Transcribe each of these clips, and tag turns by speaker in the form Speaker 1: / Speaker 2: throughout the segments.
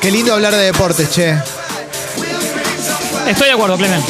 Speaker 1: Qué lindo hablar de deportes, che.
Speaker 2: Estoy de acuerdo, Clemen.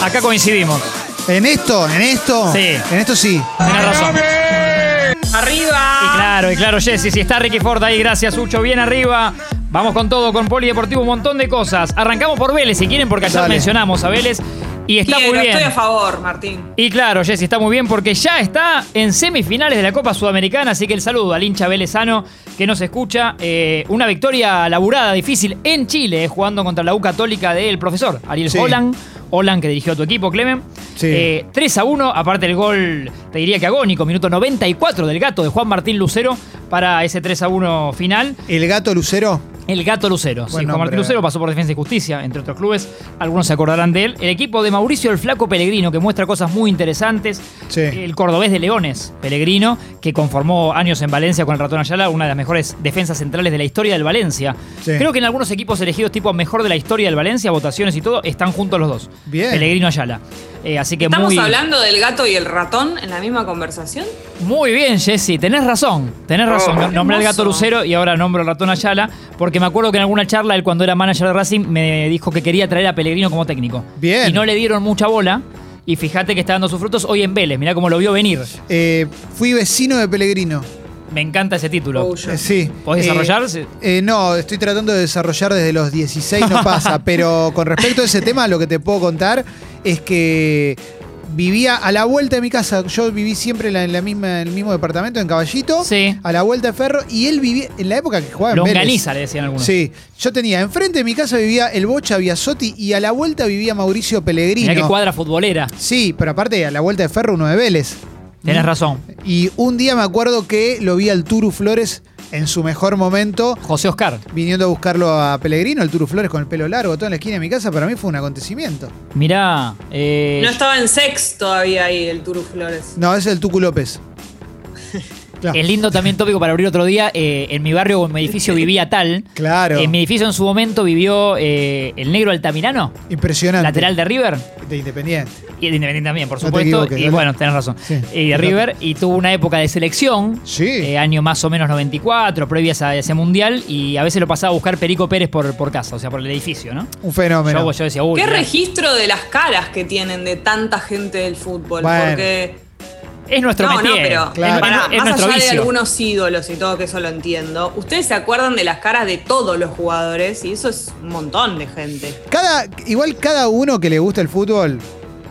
Speaker 2: Acá coincidimos.
Speaker 1: En esto, en esto.
Speaker 2: Sí.
Speaker 1: En esto sí.
Speaker 2: Tenés razón. Y
Speaker 3: ¡Arriba!
Speaker 2: claro, y claro, Jesse, si está Ricky Ford ahí, gracias, Ucho, bien arriba. Vamos con todo, con Polideportivo, un montón de cosas. Arrancamos por Vélez, si quieren, porque ayer
Speaker 1: Dale.
Speaker 2: mencionamos a Vélez. Y está
Speaker 3: Quiero,
Speaker 2: muy bien.
Speaker 3: estoy a favor, Martín.
Speaker 2: Y claro, Jessy, está muy bien porque ya está en semifinales de la Copa Sudamericana, así que el saludo al hincha velezano que nos escucha. Eh, una victoria laburada, difícil en Chile, eh, jugando contra la U Católica del profesor Ariel
Speaker 1: Sí.
Speaker 2: Holland. Holland que dirigió a tu equipo, Clemen.
Speaker 1: Sí.
Speaker 2: Eh, 3 a 1, aparte el gol, te diría que agónico, minuto 94 del gato de Juan Martín Lucero para ese 3 a 1 final.
Speaker 1: El gato Lucero.
Speaker 2: El Gato Lucero. Sí,
Speaker 1: Buen
Speaker 2: Juan Martín
Speaker 1: nombre.
Speaker 2: Lucero pasó por Defensa y Justicia, entre otros clubes. Algunos se acordarán de él. El equipo de Mauricio el Flaco Pellegrino, que muestra cosas muy interesantes.
Speaker 1: Sí.
Speaker 2: El cordobés de Leones, Pellegrino, que conformó años en Valencia con el Ratón Ayala, una de las mejores defensas centrales de la historia del Valencia.
Speaker 1: Sí.
Speaker 2: Creo que en algunos equipos elegidos tipo mejor de la historia del Valencia, votaciones y todo, están juntos los dos.
Speaker 1: Bien.
Speaker 2: Pellegrino Ayala. Eh, así que
Speaker 3: ¿Estamos
Speaker 2: muy,
Speaker 3: hablando del gato y el ratón en la misma conversación?
Speaker 2: muy bien, Jesse. Tenés razón. Tenés razón.
Speaker 3: Oh,
Speaker 2: Nombré al gato
Speaker 3: hermoso.
Speaker 2: Lucero y ahora nombro al ratón Ayala. Porque me acuerdo que en alguna charla, él cuando era manager de Racing, me dijo que quería traer a Pellegrino como técnico.
Speaker 1: Bien.
Speaker 2: Y no le dieron mucha bola. Y fíjate que está dando sus frutos hoy en Vélez. Mirá cómo lo vio venir.
Speaker 1: Eh, fui vecino de Pellegrino.
Speaker 2: Me encanta ese título.
Speaker 3: Oh, yo-
Speaker 1: Eh, sí.
Speaker 2: ¿Podés
Speaker 1: Eh,
Speaker 2: desarrollarse?
Speaker 1: eh, no, estoy tratando de desarrollar desde los 16, no pasa. pero con respecto a ese tema, lo que te puedo contar es que vivía a la vuelta de mi casa. Yo viví siempre en, la- en la misma, en el mismo departamento, en Caballito.
Speaker 2: Sí.
Speaker 1: A la vuelta de Ferro. Y él vivía en la época que jugaba Ah, en Vélez.
Speaker 2: Longaniza, le decían algunos.
Speaker 1: Sí, yo tenía enfrente de mi casa vivía el Bocha Biasotti y a la vuelta vivía Mauricio Pellegrino.
Speaker 2: Mirá qué cuadra futbolera.
Speaker 1: Sí, pero aparte a la vuelta de Ferro uno de Vélez. Mm.
Speaker 2: Tenés razón.
Speaker 1: Y un día me acuerdo que lo vi al Turu Flores en su mejor momento,
Speaker 2: José Oscar.
Speaker 1: viniendo a buscarlo a Pellegrino, el Turu Flores con el pelo largo, todo en la esquina de mi casa, para mí fue un acontecimiento.
Speaker 2: Mirá. eh,
Speaker 3: No estaba en sex todavía ahí el Turu Flores.
Speaker 1: No, ese es el Tucu López. Claro.
Speaker 2: Es lindo también tópico para abrir otro día. eh, en mi barrio o en mi edificio vivía tal.
Speaker 1: Claro.
Speaker 2: En mi edificio en su momento vivió eh, el negro Altamirano,
Speaker 1: Impresionante.
Speaker 2: lateral de River.
Speaker 1: De Independiente.
Speaker 2: Y de Independiente también, por
Speaker 1: No te
Speaker 2: supuesto.
Speaker 1: equivoques,
Speaker 2: y
Speaker 1: dale.
Speaker 2: bueno, tenés razón.
Speaker 1: Sí.
Speaker 2: Y de River. Y tuvo una época de selección.
Speaker 1: Sí.
Speaker 2: eh, año más o menos 94, previas a ese mundial. Y a veces lo pasaba a buscar Perico Pérez por, por casa, o sea, por el edificio, ¿no?
Speaker 1: Un fenómeno.
Speaker 2: Yo, yo decía, uy.
Speaker 3: ¿Qué
Speaker 2: mirá.
Speaker 3: registro de las caras que tienen de tanta gente del fútbol?
Speaker 1: Bueno.
Speaker 3: Porque.
Speaker 2: es nuestro
Speaker 3: No, no,
Speaker 2: métier,
Speaker 3: pero eh,
Speaker 1: Claro.
Speaker 2: es-
Speaker 3: pará,
Speaker 2: es, es
Speaker 3: más
Speaker 2: nuestro
Speaker 3: allá de
Speaker 2: vicio.
Speaker 3: algunos ídolos y todo que eso lo entiendo, ustedes se acuerdan de las caras de todos los jugadores y eso es un montón de gente.
Speaker 1: Cada, igual cada uno que le gusta el fútbol,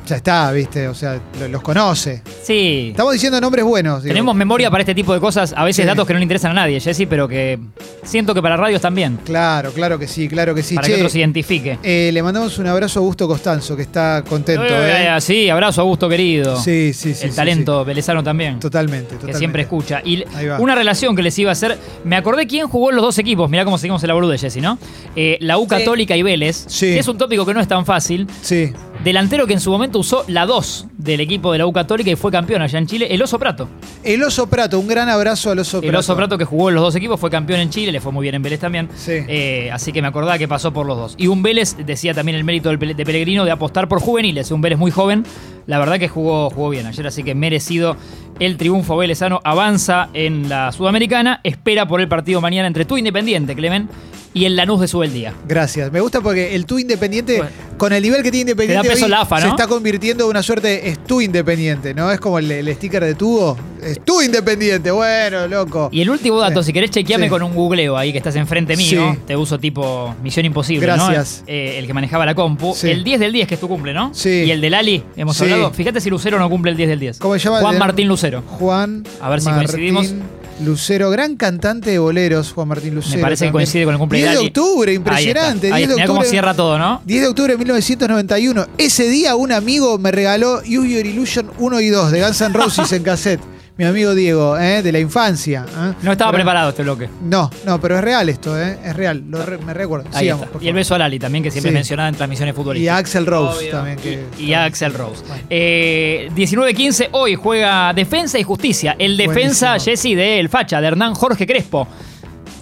Speaker 1: ya está, viste, o sea, lo- los conoce.
Speaker 2: Sí.
Speaker 1: Estamos diciendo nombres buenos. digo.
Speaker 2: Tenemos memoria para este tipo de cosas, a veces
Speaker 1: Sí.
Speaker 2: datos que no le interesan a nadie, Jesse, pero que siento que para radios también,
Speaker 1: Claro, claro que sí, claro que sí.
Speaker 2: para
Speaker 1: Che,
Speaker 2: que otros se identifique.
Speaker 1: eh, le mandamos un abrazo a Augusto Costanzo, que está contento.
Speaker 2: Eh,
Speaker 1: ¿eh?
Speaker 2: Sí, abrazo a Augusto querido.
Speaker 1: Sí, sí, sí.
Speaker 2: el
Speaker 1: sí,
Speaker 2: talento velezano también.
Speaker 1: sí. Totalmente, totalmente.
Speaker 2: Que siempre escucha. Y l-
Speaker 1: Ahí va.
Speaker 2: una relación que les iba a hacer. Me acordé quién jugó en los dos equipos. Mirá cómo seguimos el laburo de Jesse, ¿no? Eh, la U
Speaker 3: Sí.
Speaker 2: Católica y Vélez.
Speaker 1: Sí.
Speaker 2: que es un tópico que no es tan fácil.
Speaker 1: Sí.
Speaker 2: Delantero que en su momento usó la 2 del equipo de la U Católica y fue campeón allá en Chile, el Oso Prato.
Speaker 1: El Oso Prato, un gran abrazo al Oso Prato.
Speaker 2: El Oso Prato que jugó en los dos equipos fue campeón en Chile, le fue muy bien en Vélez también.
Speaker 1: Sí.
Speaker 2: Eh, así que me acordaba que pasó por los dos. Y un Vélez, decía también el mérito del Pele- de Pellegrino, de apostar por juveniles. Un Vélez muy joven, la verdad que jugó, jugó bien ayer, así que merecido el triunfo velezano. Avanza en la Sudamericana, espera por el partido mañana entre tu Independiente, Clemen, y el Lanús de Subeldía.
Speaker 1: Gracias. Me gusta porque el tú independiente,
Speaker 2: Bueno.
Speaker 1: con el nivel que tiene independiente,
Speaker 2: Te da peso
Speaker 1: hoy
Speaker 2: la AFA,
Speaker 1: se
Speaker 2: ¿no?
Speaker 1: está convirtiendo en una suerte, es tú independiente, ¿no? Es como el, el sticker de tubo. Es tú independiente, bueno, loco.
Speaker 2: Y el último dato,
Speaker 1: Sí.
Speaker 2: si querés chequeame
Speaker 1: Sí.
Speaker 2: con un googleo ahí que estás enfrente mío,
Speaker 1: Sí.
Speaker 2: te uso tipo Misión Imposible,
Speaker 1: Gracias.
Speaker 2: ¿no? Eh, el que manejaba la compu.
Speaker 1: Sí.
Speaker 2: El 10 del 10 que es tu cumple, ¿no?
Speaker 1: Sí.
Speaker 2: Y el de Lali, hemos
Speaker 1: Sí.
Speaker 2: hablado. Fíjate si Lucero no cumple el 10 del 10.
Speaker 1: ¿Cómo se llama Eh, el
Speaker 2: Juan
Speaker 1: de-
Speaker 2: Martín Lucero.
Speaker 1: Juan
Speaker 2: A ver si
Speaker 1: Martín
Speaker 2: coincidimos.
Speaker 1: Lucero, gran cantante de boleros, Juan Martín Lucero.
Speaker 2: Me parece que
Speaker 1: también.
Speaker 2: coincide con el cumple
Speaker 1: 10 de
Speaker 2: de Lali.
Speaker 1: octubre,
Speaker 2: Ahí
Speaker 1: impresionante.
Speaker 2: está. Ahí
Speaker 1: 10 de
Speaker 2: mirá cómo
Speaker 1: octubre-
Speaker 2: cierra todo, ¿no?
Speaker 1: 10 de octubre de 1991. Ese día un amigo me regaló Use Your Illusion 1 y 2 de Guns N' Roses en cassette. Mi amigo Diego, ¿eh? de la infancia. ¿eh?
Speaker 2: No estaba
Speaker 1: Pero-
Speaker 2: preparado este bloque.
Speaker 1: No, no, pero es real esto, ¿eh? es real. Lo re- me recuerdo.
Speaker 2: Ahí
Speaker 1: Sigamos,
Speaker 2: está.
Speaker 1: por
Speaker 2: Y el
Speaker 1: favor.
Speaker 2: beso a Lali también, que siempre
Speaker 1: Sí.
Speaker 2: mencionada en transmisiones
Speaker 1: Y a
Speaker 2: futbolísticas.
Speaker 1: Axel Rose
Speaker 3: Obvio.
Speaker 1: también. Que
Speaker 2: Y a Axel Rose.
Speaker 1: Bueno.
Speaker 2: Eh, 19-15, hoy juega Defensa y Justicia. El defensa,
Speaker 1: Buenísimo.
Speaker 2: Jesse, del Facha, de Hernán Jorge Crespo.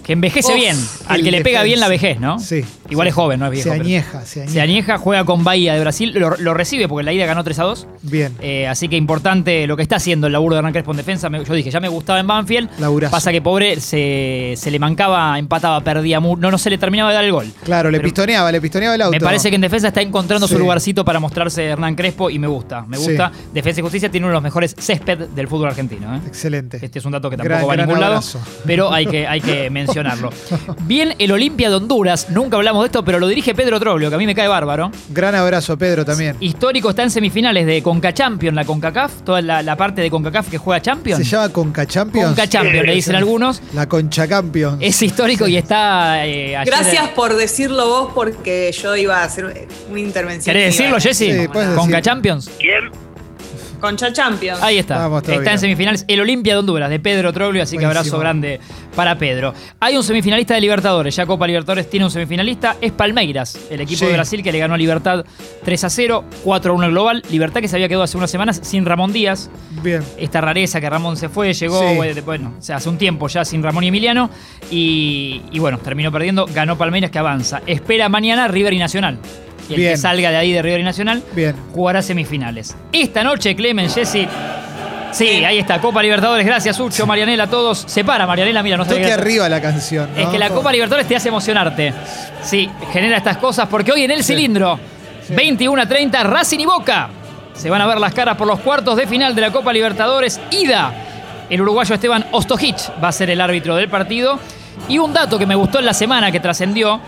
Speaker 2: Que envejece
Speaker 3: Uf,
Speaker 2: bien. Al
Speaker 1: el
Speaker 2: que le pega bien la
Speaker 1: defensa.
Speaker 2: vejez, ¿no?
Speaker 1: Sí.
Speaker 2: Igual es joven, no es viejo.
Speaker 1: se
Speaker 2: pero-
Speaker 1: añeja, se añeja.
Speaker 2: Se añeja, juega con Bahía de Brasil, lo, lo recibe porque la ida ganó 3 a 2.
Speaker 1: Bien.
Speaker 2: Eh, así que importante lo que está haciendo el laburo de Hernán Crespo en defensa. Me- yo dije, ya me gustaba en Banfield.
Speaker 1: Laburazo.
Speaker 2: Pasa que pobre se, se le mancaba, empataba, perdía. mu- No, no se le terminaba de dar el gol.
Speaker 1: Claro, le
Speaker 2: pero-
Speaker 1: pistoneaba, le pistoneaba el auto.
Speaker 2: Me parece que en defensa está encontrando su
Speaker 1: Sí.
Speaker 2: lugarcito para mostrarse Hernán Crespo y me gusta. Me
Speaker 1: Sí.
Speaker 2: gusta. Defensa y Justicia tiene uno de los mejores césped del fútbol argentino. ¿eh?
Speaker 1: Excelente.
Speaker 2: Este es un dato que
Speaker 1: Gran-
Speaker 2: tampoco va a
Speaker 1: gran
Speaker 2: ningún
Speaker 1: abrazo.
Speaker 2: lado, pero hay que, hay que mencionarlo. Bien, el Olimpia de Honduras, nunca hablamos de esto, pero lo dirige Pedro Troglio, que a mí me cae bárbaro.
Speaker 1: Gran abrazo a Pedro también.
Speaker 2: Histórico está en semifinales de Conca Champion, la CONCACAF, toda la, la parte de CONCACAF que juega Champion.
Speaker 1: ¿Se llama Conca Champions?
Speaker 2: Conca Champion, le dicen algunos.
Speaker 1: La Concha Champions.
Speaker 2: Es histórico y está. eh, ayer-
Speaker 3: Gracias por decirlo vos porque yo iba a hacer una intervención.
Speaker 2: ¿Querés decirlo,
Speaker 3: Jess?
Speaker 2: Jesse?
Speaker 1: Sí, puedes
Speaker 2: Conca
Speaker 1: decir.
Speaker 2: Champions.
Speaker 4: ¿Quién?
Speaker 3: Concha Champions.
Speaker 2: Ahí está.
Speaker 1: Vamos todavía.
Speaker 2: está en semifinales el Olimpia de Honduras, de Pedro Troglio, así que
Speaker 1: Buenísimo.
Speaker 2: abrazo grande para Pedro. Hay un semifinalista de Libertadores, ya Copa Libertadores tiene un semifinalista, es Palmeiras, el equipo
Speaker 1: Sí.
Speaker 2: de Brasil que le ganó a Libertad 3 a 0, 4 a 1 el global. Libertad que se había quedado hace unas semanas sin Ramón Díaz,
Speaker 1: Bien.
Speaker 2: esta rareza que Ramón se fue, llegó,
Speaker 1: Sí.
Speaker 2: bueno, bueno, o sea, hace un tiempo ya sin Ramón y Emiliano, y, y bueno, terminó perdiendo, ganó Palmeiras que avanza. Espera mañana River y Nacional. Y el
Speaker 1: Bien.
Speaker 2: que salga de ahí de River y Nacional
Speaker 1: Bien.
Speaker 2: jugará semifinales. Esta noche, Clemen, Jesse. Sí, ahí está, Copa Libertadores, gracias, Ucho, Marianela, todos. Se para, Marianela, mira, nos trae-
Speaker 1: Toque arriba la canción.
Speaker 2: Es
Speaker 1: ¿no? pues.
Speaker 2: que la Copa Libertadores te hace emocionarte. Sí, genera estas cosas porque hoy en el cilindro, 21 a 30, Racing y Boca. Se van a ver las caras por los cuartos de final de la Copa Libertadores. Ida. El uruguayo Esteban Ostojic va a ser el árbitro del partido. Y un dato que me gustó en la semana que trascendió,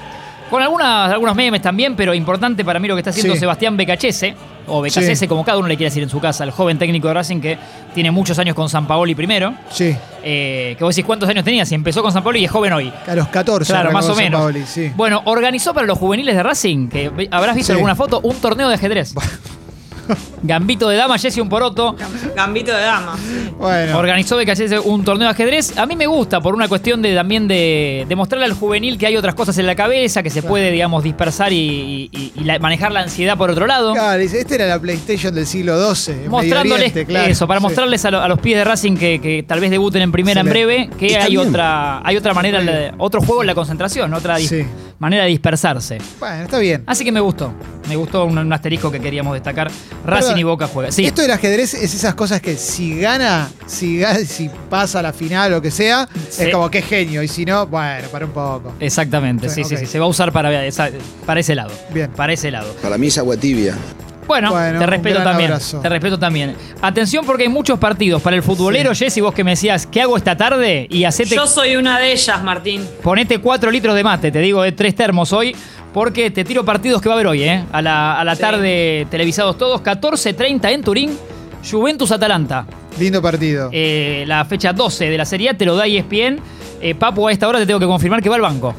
Speaker 2: con algunas, algunos memes también, pero importante para mí lo que está haciendo
Speaker 1: Sí.
Speaker 2: Sebastián Becachese, o Becachese,
Speaker 1: Sí.
Speaker 2: como cada uno le quiere decir en su casa, el joven técnico de Racing que tiene muchos años con San Paoli primero.
Speaker 1: Sí.
Speaker 2: eh, que vos decís cuántos años tenía, si empezó con San Paoli y es joven hoy.
Speaker 1: A los 14.
Speaker 2: Claro, más
Speaker 1: arrancó
Speaker 2: o
Speaker 1: San
Speaker 2: menos.
Speaker 1: Paoli, sí.
Speaker 2: Bueno, organizó para los juveniles de Racing, que ve- habrás visto
Speaker 1: Sí.
Speaker 2: alguna foto, un torneo de ajedrez. Gambito de dama, Jesse un poroto.
Speaker 3: Gambito de dama.
Speaker 1: Bueno.
Speaker 2: Organizó de Callece un torneo de ajedrez. A mí me gusta por una cuestión de también de, de mostrarle al juvenil que hay otras cosas en la cabeza, que se puede, digamos, dispersar y, y- y la- manejar la ansiedad por otro lado.
Speaker 1: Claro, dice, esta era la PlayStation del siglo XII. en Medio
Speaker 2: Mostrándoles
Speaker 1: Oriente, claro.
Speaker 2: eso, para
Speaker 1: Sí.
Speaker 2: mostrarles a, lo- a los pies de Racing que, que tal vez debuten en primera en
Speaker 1: Excelente.
Speaker 2: breve, que
Speaker 5: Está
Speaker 2: hay
Speaker 5: bien.
Speaker 2: otra, hay otra manera, en la- otro juego en la concentración, otra dis-
Speaker 1: Sí.
Speaker 2: manera de dispersarse.
Speaker 1: Bueno, está bien.
Speaker 2: Así que me gustó. Me gustó un, un asterisco que queríamos destacar. Racing
Speaker 1: Perdón,
Speaker 2: y Boca juega. Sí,
Speaker 1: Esto del ajedrez es esas cosas que si gana, si, gana- si pasa a la final o lo que sea,
Speaker 2: Sí.
Speaker 1: es como que genio. Y si no, bueno, para un poco.
Speaker 2: exactamente. Sí,
Speaker 1: Sí,
Speaker 2: sí,
Speaker 1: ok.
Speaker 2: sí. Se va a usar para, esa- para ese lado.
Speaker 1: Bien.
Speaker 2: Para ese lado.
Speaker 5: Para mí es agua tibia.
Speaker 2: Bueno,
Speaker 1: Bueno,
Speaker 2: te
Speaker 1: un
Speaker 2: respeto
Speaker 1: gran
Speaker 2: también.
Speaker 1: abrazo.
Speaker 2: Te respeto también. Atención porque hay muchos partidos. Para el futbolero, Jessy, vos que me decías, ¿qué hago esta tarde? Y hacete.
Speaker 3: Yo soy una de ellas, Martín.
Speaker 2: Ponete 4 litros de mate, te digo, de tres termos hoy, porque te tiro partidos que va a haber hoy, ¿eh? A la, a la
Speaker 3: Sí.
Speaker 2: tarde televisados todos, 14.30 en Turín, Juventus-Atalanta.
Speaker 1: Lindo partido.
Speaker 2: Eh, la fecha 12 de la Serie A, te lo da E ESPN. Eh, Papu, a esta hora te tengo que confirmar que va al banco.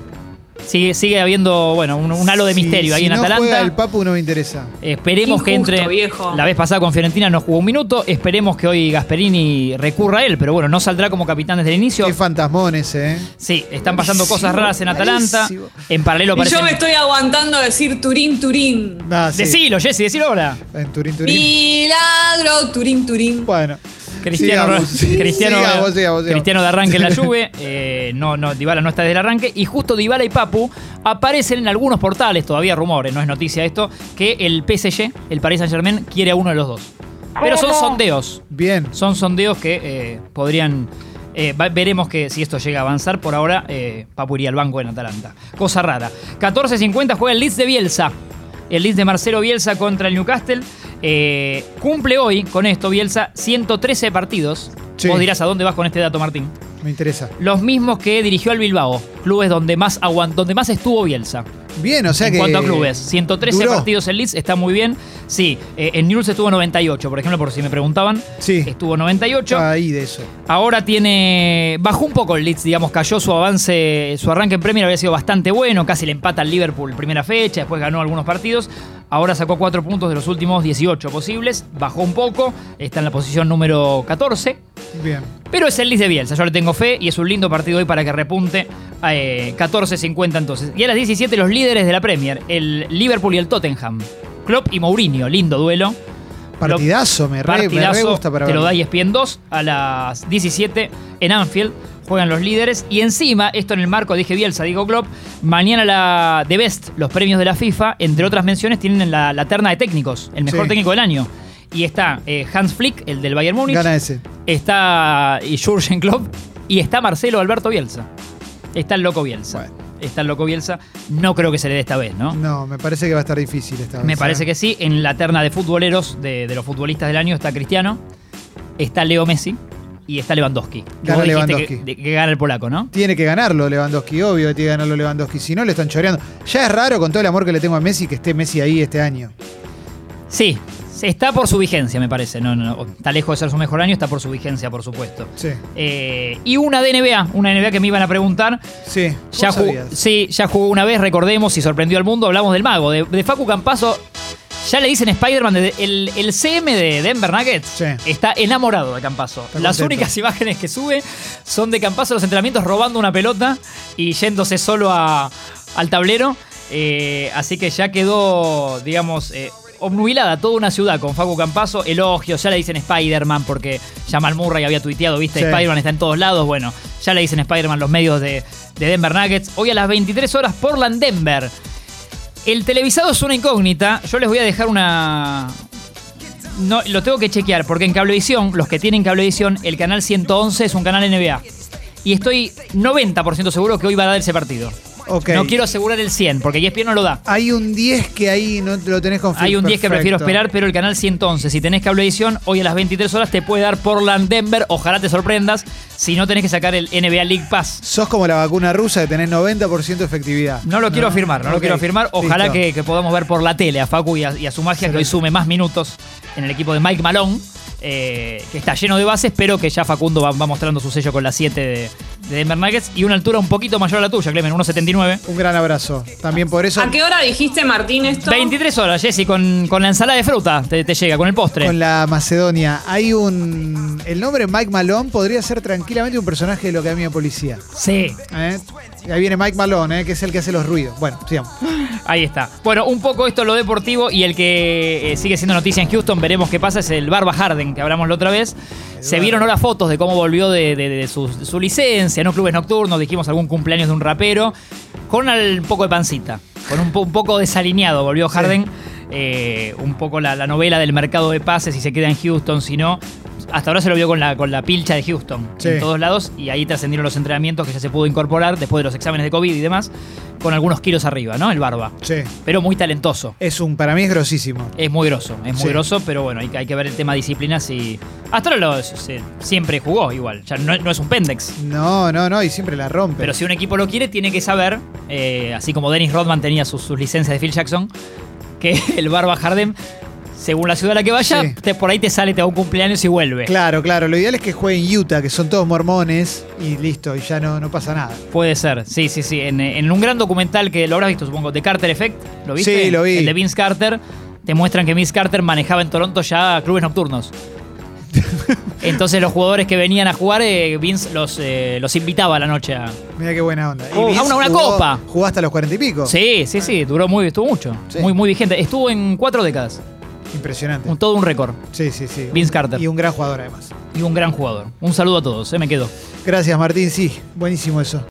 Speaker 2: Sigue, sigue habiendo, bueno, un, un halo de
Speaker 1: Si-
Speaker 2: misterio ahí
Speaker 1: si
Speaker 2: en
Speaker 1: no
Speaker 2: Atalanta.
Speaker 1: Juega el Papu no me interesa.
Speaker 2: Esperemos
Speaker 3: Qué
Speaker 2: que
Speaker 3: injusto,
Speaker 2: entre.
Speaker 3: viejo.
Speaker 2: La vez pasada con Fiorentina no jugó un minuto. Esperemos que hoy Gasperini recurra a él, pero bueno, no saldrá como capitán desde el inicio.
Speaker 1: Qué fantasmones, ¿eh?
Speaker 2: Sí, están pasando cosas raras en Atalanta.
Speaker 1: malísimo.
Speaker 2: En paralelo
Speaker 3: Y
Speaker 2: parece.
Speaker 3: yo me estoy aguantando decir Turín, Turín.
Speaker 2: Ah,
Speaker 1: Nah, Ah, sí.
Speaker 2: Decilo, Jesse, decilo ahora.
Speaker 1: En Turín, Turín.
Speaker 3: Milagro, Turín, Turín.
Speaker 1: Bueno.
Speaker 2: Cristiano,
Speaker 1: Sigamos.
Speaker 2: Cristiano,
Speaker 1: Sigamos, sigamos, sigamos.
Speaker 2: Cristiano de arranque en la Juve, eh, no, no, Dybala no está desde el arranque y justo Dybala y Papu aparecen en algunos portales, todavía rumores, no es noticia esto, que el PSG, el Paris Saint Germain, quiere a uno de los dos. Pero son sondeos,
Speaker 1: Bien.
Speaker 2: son sondeos que eh, podrían, eh, va- veremos que si esto llega a avanzar, por ahora eh, Papu iría al banco en Atalanta, cosa rara. 14.50 juega el Leeds de Bielsa, el Leeds de Marcelo Bielsa contra el Newcastle. Eh, cumple hoy con esto Bielsa 113 partidos.
Speaker 1: Sí.
Speaker 2: Vos dirás a dónde vas con este dato, Martín.
Speaker 1: Me interesa.
Speaker 2: Los mismos que dirigió al Bilbao, clubes donde más aguan- donde más estuvo Bielsa.
Speaker 1: Bien, o sea
Speaker 2: en
Speaker 1: que.
Speaker 2: cuanto a clubes, 113
Speaker 1: duró.
Speaker 2: partidos en Leeds está muy bien. Sí, eh, en Newell's estuvo 98, por ejemplo, por si me preguntaban.
Speaker 1: Sí. Ah,
Speaker 2: Estuvo 98.
Speaker 1: Estaba ahí de eso.
Speaker 2: Ahora tiene. Bajó un poco el Leeds, digamos, cayó su avance, su arranque en Premier había sido bastante bueno, casi le empata al Liverpool primera fecha, después ganó algunos partidos. Ahora sacó cuatro puntos de los últimos 18 posibles, bajó un poco, está en la posición número 14.
Speaker 1: Bien.
Speaker 2: Pero es el Leeds de Bielsa, yo le tengo fe y es un lindo partido hoy para que repunte a 14-50 entonces. Y a las 17 los líderes de la Premier, el Liverpool y el Tottenham. Klopp y Mourinho, lindo duelo.
Speaker 1: Partidazo, me, re, me re
Speaker 2: Partidazo,
Speaker 1: gusta para
Speaker 2: te lo
Speaker 1: verlo.
Speaker 2: da E ESPN 2 a las 17 en Anfield. Juegan los líderes y encima, esto en el marco, dije Bielsa, digo Klopp, mañana la The Best, los premios de la FIFA, entre otras menciones, tienen la, la terna de técnicos, el mejor
Speaker 1: Sí.
Speaker 2: técnico del año. Y está eh, Hans Flick, el del Bayern Múnich,
Speaker 1: Gana este. ese.
Speaker 2: está eh, Jurgen Klopp y está Marcelo Alberto Bielsa. Está el loco Bielsa.
Speaker 1: Bueno.
Speaker 2: Está el loco Bielsa. No creo que se le dé esta vez, ¿no?
Speaker 1: No, me parece que va a estar difícil esta vez. eh.
Speaker 2: Me parece que sí. En la terna de futboleros, de, de los futbolistas del año, está Cristiano, está Leo Messi y está Levandowski. Que
Speaker 1: Gana
Speaker 2: vos dijiste
Speaker 1: Lewandowski.
Speaker 2: Que, de- que gana el polaco, ¿no?
Speaker 1: Tiene que ganarlo Lewandowski, obvio que tiene que ganarlo Lewandowski. Si no, le están choreando. Ya es raro con todo el amor que le tengo a Messi que esté Messi ahí este año.
Speaker 2: Sí. se- Está por su vigencia, me parece. No, no, no, Está lejos de ser su mejor año, está por su vigencia, por supuesto.
Speaker 1: Sí.
Speaker 2: Eh, y una de NBA, una NBA que me iban a preguntar.
Speaker 1: Sí. ¿Vos
Speaker 2: Ya jugó,
Speaker 1: sabías?
Speaker 2: sí, ya jugó una vez, recordemos, y sorprendió al mundo. Hablamos del mago, de, de Facu Campazo. Ya le dicen Spider-Man, desde el, el CM de Denver Nuggets
Speaker 1: Sí.
Speaker 2: está enamorado de Campazo.
Speaker 1: Está
Speaker 2: Las
Speaker 1: contento.
Speaker 2: únicas imágenes que sube son de Campazo en los entrenamientos robando una pelota y yéndose solo a- al tablero. Eh, así que ya quedó, digamos, eh, obnubilada toda una ciudad con Facu Campazo. Elogios, ya le dicen Spider-Man porque Jamal Murray había tuiteado, viste,
Speaker 1: Sí.
Speaker 2: Spider-Man está en todos lados. Bueno, ya le dicen Spider-Man los medios de, de Denver Nuggets. Hoy a las 23 horas, Portland, Denver. El televisado es una incógnita. Yo les voy a dejar una. No, lo tengo que chequear, porque en Cablevisión, los que tienen Cablevisión, el canal 111 es un canal NBA. Y estoy 90% seguro que hoy va a dar ese partido.
Speaker 1: Ok.
Speaker 2: No quiero asegurar el 100, porque E ESPN no lo da.
Speaker 1: Hay un 10 que ahí no te lo tenés confirmado.
Speaker 2: Hay un 10 que prefiero esperar, pero el canal 111, si tenés Cablevisión, hoy a las 23 horas te puede dar Portland Denver. Ojalá te sorprendas. Si no, tenés que sacar el NBA League Pass.
Speaker 1: Sos como la vacuna rusa que tenés 90% de efectividad.
Speaker 2: No lo quiero afirmar, no lo
Speaker 1: Ok,
Speaker 2: quiero afirmar. Ojalá
Speaker 1: listo.
Speaker 2: que, que podamos ver por la tele a Facu y a, y a su magia, que hoy sume más minutos en el equipo de Mike Malone, eh, que está lleno de bases, pero que ya Facundo va, va mostrando su sello con la 7 de, de Denver Nuggets y una altura un poquito mayor a la tuya, Clemen, 1,79.
Speaker 1: Un gran abrazo. También por eso.
Speaker 3: ¿A qué hora dijiste, Martín, esto?
Speaker 2: 23 horas, Jesse, con, con la ensalada de fruta te, te llega, con el postre.
Speaker 1: Con la Macedonia. Hay un. El nombre Mike Malone podría ser tranquilamente un personaje de lo que a mí me policía.
Speaker 2: Sí,
Speaker 1: ¿eh? Ahí viene Mike Malone, ¿eh? que es el que hace los ruidos. Bueno, sigamos.
Speaker 2: Ahí está. Bueno, un poco esto es lo deportivo y el que eh, sigue siendo noticia en Houston, veremos qué pasa, es el Barba Harden, que hablamos la otra vez. Se vieron ahora fotos de cómo volvió de, de- de su, de su licencia, ¿no? Clubes nocturnos, dijimos algún cumpleaños de un rapero, con al- un poco de pancita, con un, po- un poco desalineado volvió Harden. Eh, un poco la, la novela del mercado de pases, si se queda en Houston, si no. Hasta ahora se lo vio con la, con la pilcha de Houston
Speaker 1: Sí.
Speaker 2: en todos lados y ahí trascendieron los entrenamientos que ya se pudo incorporar después de los exámenes de COVID y demás, con algunos kilos arriba, ¿no? El barba
Speaker 1: Sí.
Speaker 2: pero muy talentoso.
Speaker 1: Es un. Para mí es grosísimo.
Speaker 2: Es muy grosso, es muy
Speaker 1: Sí.
Speaker 2: grosso, pero bueno, hay que, hay que ver el tema disciplina si. Hasta ahora lo- se- siempre jugó igual, ya no, no es un pendex.
Speaker 1: No, no, no, y siempre la rompe.
Speaker 2: Pero si un equipo lo quiere, tiene que saber, eh, así como Dennis Rodman tenía sus, sus licencias de Phil Jackson, que el Barba Harden, según la ciudad a la que vaya,
Speaker 1: Sí.
Speaker 2: te- por ahí te sale, te da un cumpleaños y vuelve.
Speaker 1: Claro, claro. Lo ideal es que juegue en Utah, que son todos mormones, y listo, y ya no, no pasa nada.
Speaker 2: Puede ser, sí, sí, sí. En, eh, en un gran documental que lo habrás visto, supongo, de Carter Effect, ¿lo viste?
Speaker 1: Sí, lo vi.
Speaker 2: El de Vince Carter, te muestran que Vince Carter manejaba en Toronto ya clubes nocturnos. Entonces los jugadores que venían a jugar, eh, Vince los, eh, los invitaba a la noche. a-
Speaker 1: Mira qué buena onda.
Speaker 2: Oh,
Speaker 1: Vince
Speaker 2: a una- una
Speaker 1: jugó-
Speaker 2: copa.
Speaker 1: Jugó hasta los cuarenta y pico.
Speaker 2: Sí, sí, sí, duró muy, estuvo mucho.
Speaker 1: Sí.
Speaker 2: Muy, muy vigente. Estuvo en cuatro décadas.
Speaker 1: Impresionante.
Speaker 2: Un- todo un récord.
Speaker 1: Sí, sí, sí.
Speaker 2: Vince Carter.
Speaker 1: Y un gran jugador además.
Speaker 2: Y un gran jugador. Un saludo a todos, eh, me quedo.
Speaker 1: Gracias, Martín. Sí, buenísimo eso.